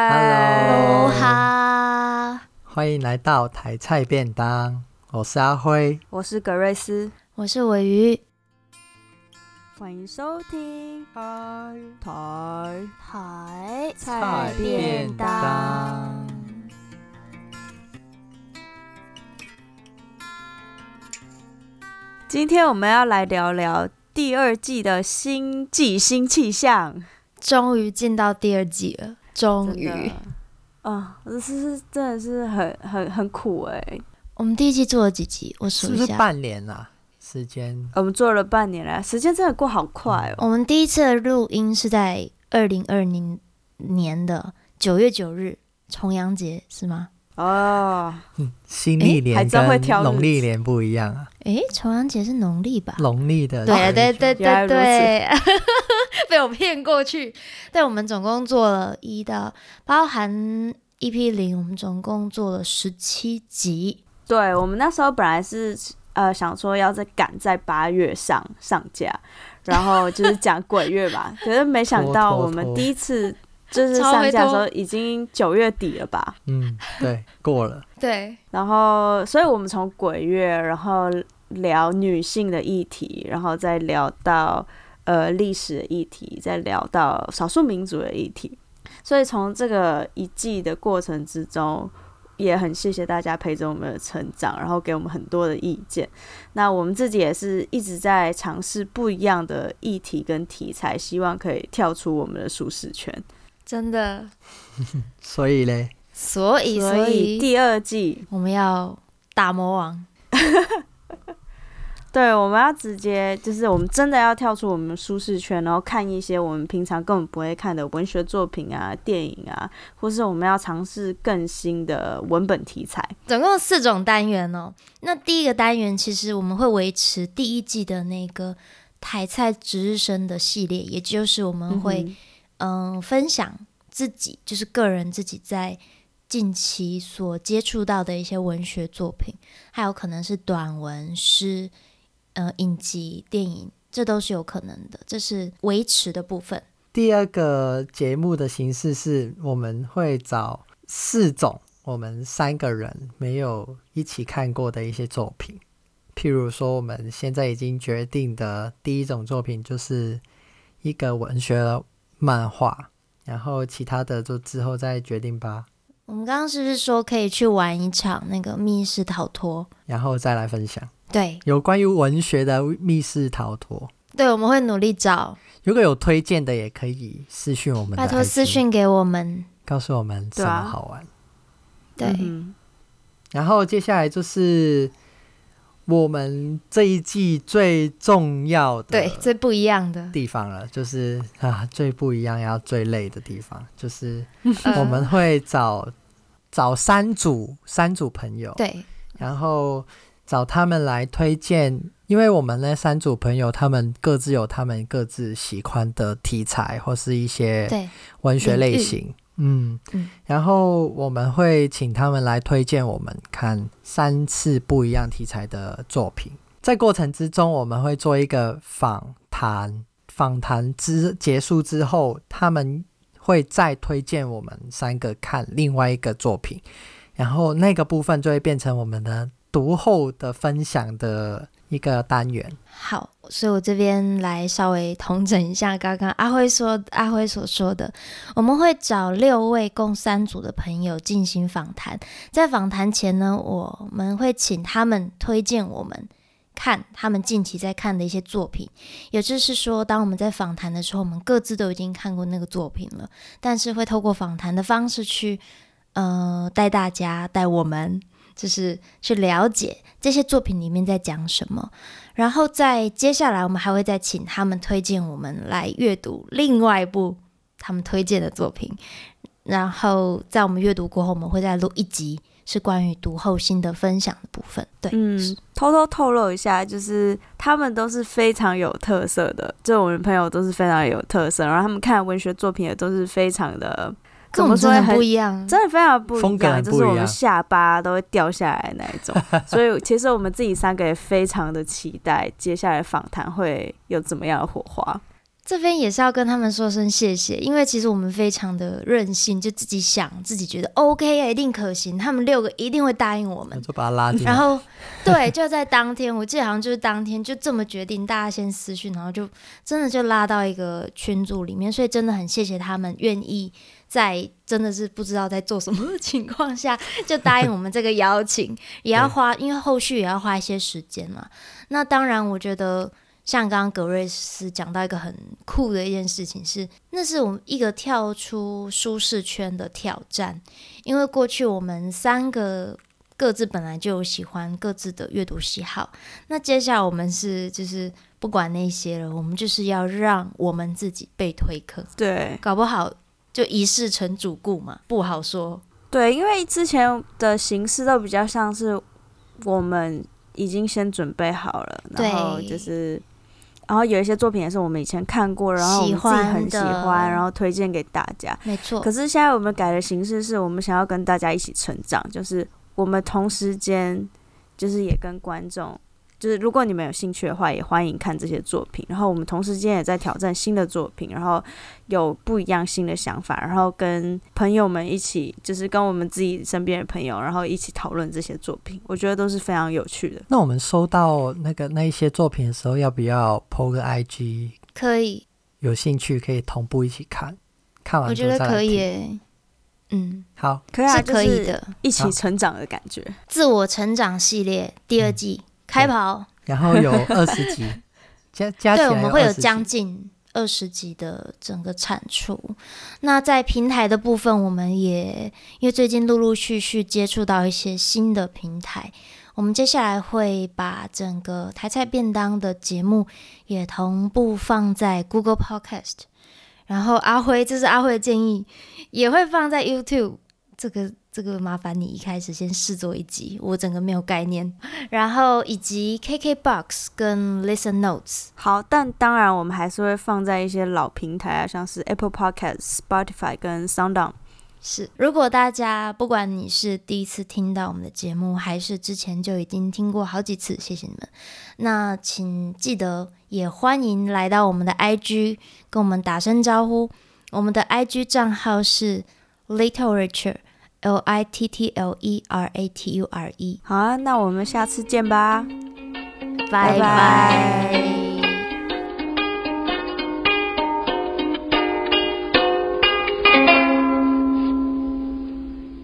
嗨 Hello 哈，欢迎来到台菜便当，我是阿辉。我是葛瑞斯，我是尾鱼。欢迎收听嗨，台嗨，菜便当。今天我们要来聊聊第二季的新季新气象。终于进到第二季了，终于。啊、这是真的是很很很苦哎、我们第一季做了几集？我是数不一是下。半年啊？时间我们做了半年了，时间真的过好快哦。我们第一次的录音是在二零二零年的九月九日，重阳节是吗？哦，新历还年真会跟挑日子农历年不一样啊，诶，重阳节是农历吧？农历的对对对原来对如对， 被我骗过去。但我们总共做了一到包含 EP 零，我们总共做了十七集。对我们那时候本来是呃想说要在赶在八月上上架，然后就是讲鬼月嘛，可是没想到拖拖我们拖第一次就是超上会架的时拖候已经九月底了吧，嗯，对，过了，对，然后所以我们从鬼月，然后聊女性的议题，然后再聊到呃历史的议题，再聊到少数民族的议题，所以从这个一季的过程之中。也很谢谢大家陪着我们的成长，然后给我们很多的意见。那我们自己也是一直在尝试不一样的议题跟题材，希望可以跳出我们的舒适圈。真的。所以嘞，所以，所所以以第二季我们要打魔王。对，我们要直接就是我们真的要跳出我们舒适圈，然后看一些我们平常根本不会看的文学作品啊、电影啊，或是我们要尝试更新的文本题材。总共四种单元哦。那第一个单元其实我们会维持第一季的那个台菜值日生的系列，也就是我们会嗯哼嗯、分享自己就是个人自己在近期所接触到的一些文学作品，还有可能是短文、诗、呃影集、电影，这都是有可能的。这是维持的部分。第二个节目的形式是，我们会找四种我们三个人没有一起看过的一些作品，譬如说我们现在已经决定的第一种作品就是一个文学的漫画，然后其他的就之后再决定吧，我们刚刚是不是说可以去玩一场那个密室逃脱？然后再来分享对有关于文学的密室逃脱。对，我们会努力找。如果有推荐的，也可以私讯我们的拜托 IG 私讯给我们。告诉我们什对啊么好玩。对，嗯然后接下来就是我们这一季最重要对的，这不一样 的。地方了，就是啊最不一样，也要最累的地方，就是呃我们会找、找三组三组朋友，对然后找他们来推荐，因为我们那三组朋友他们各自有他们各自喜欢的题材或是一些对文学类领域型。嗯嗯，然后我们会请他们来推荐我们看三次不一样题材的作品，在过程之中我们会做一个访谈，访谈之结束之后，他们会再推荐我们三个看另外一个作品，然后那个部分就会变成我们的读后的分享的一个单元。好，所以我这边来稍微统整一下刚刚阿辉说阿辉所说的，我们会找六位共三组的朋友进行访谈。在访谈前呢，我们会请他们推荐我们看他们近期在看的一些作品，也就是说，当我们在访谈的时候，我们各自都已经看过那个作品了，但是会透过访谈的方式去，呃，带大家带我们，就是去了解这些作品里面在讲什么。然后在接下来，我们还会再请他们推荐我们来阅读另外一部他们推荐的作品。然后在我们阅读过后，我们会再录一集，是关于读后心得分享的部分。对，嗯，偷偷透露一下，就是他们都是非常有特色的，这我们朋友都是非常有特色，然后他们看文学作品也都是非常的，跟怎么我们说呢真的很不一样。真的非常不一风格样，很就是我不一们样下巴都会掉下来那一种。 所以其实我们自己三个也非常的期待接下来访谈会有怎么样的火花。这边也是要跟他们说声谢谢，因为其实我们非常的任性，就自己想，自己觉得 OK 啊，一定可行，他们六个一定会答应我们我。就把他拉进来。然后，对，就在当天，我记得好像就是当天就这么决定，大家先私讯，然后就真的就拉到一个群组里面，所以真的很谢谢他们愿意在真的是不知道在做什么的情况下就答应我们这个邀请，也要花，因为后续也要花一些时间嘛。那当然，我觉得像刚刚格瑞斯讲到一个很酷的一件事情是，那是我们一个跳出舒适圈的挑战，因为过去我们三个各自本来就有喜欢各自的阅读喜好，那接下来我们是就是不管那些了，我们就是要让我们自己被推坑，对搞不好就一世成主顾嘛，不好说。对，因为之前的形式都比较像是我们已经先准备好了，然后对就是。然后有一些作品也是我们以前看过，然后我们自己很喜喜欢的欢，然后推荐给大家。没错可，是现在我们改的形式是我们想要跟大家一起成长，就是我们同时间就是也跟观众，就是如果你们有兴趣的话，也欢迎看这些作品。然后我们同时间也在挑战新的作品，然后有不一样新的想法，然后跟朋友们一起，就是跟我们自己身边的朋友，然后一起讨论这些作品，我觉得都是非常有趣的。那我们收到那个那一些作品的时候，要不要 PO 个 IG？可以，有兴趣可以同步一起看，看完我觉就得再来可以听。耶，嗯，好，可以啊，是可以就是的。一起成长的感觉。自我成长系列第二季、嗯开跑，然后有二十集，加加起对，来我们会有20集将近二十集的整个产出。那在平台的部分，我们也因为最近陆陆续续接触到一些新的平台，我们接下来会把整个台菜便当的节目也同步放在 Google Podcast，然后阿辉，这是阿辉的建议，也会放在 YouTube。这个这个麻烦你一开始先试做一集，我整个没有概念。然后以及 KKBox 跟 Listen Notes，好，但当然我们还是会放在一些老平台啊，像是 Apple Podcast、Spotify 跟 Sound On。是，如果大家不管你是第一次听到我们的节目，还是之前就已经听过好几次，谢谢你们。那请记得也欢迎来到我们的 IG 跟我们打声招呼。我们的 IG 账号是 literature l i t t l e r a t u r e，好啊，那我们下次见吧。拜拜拜。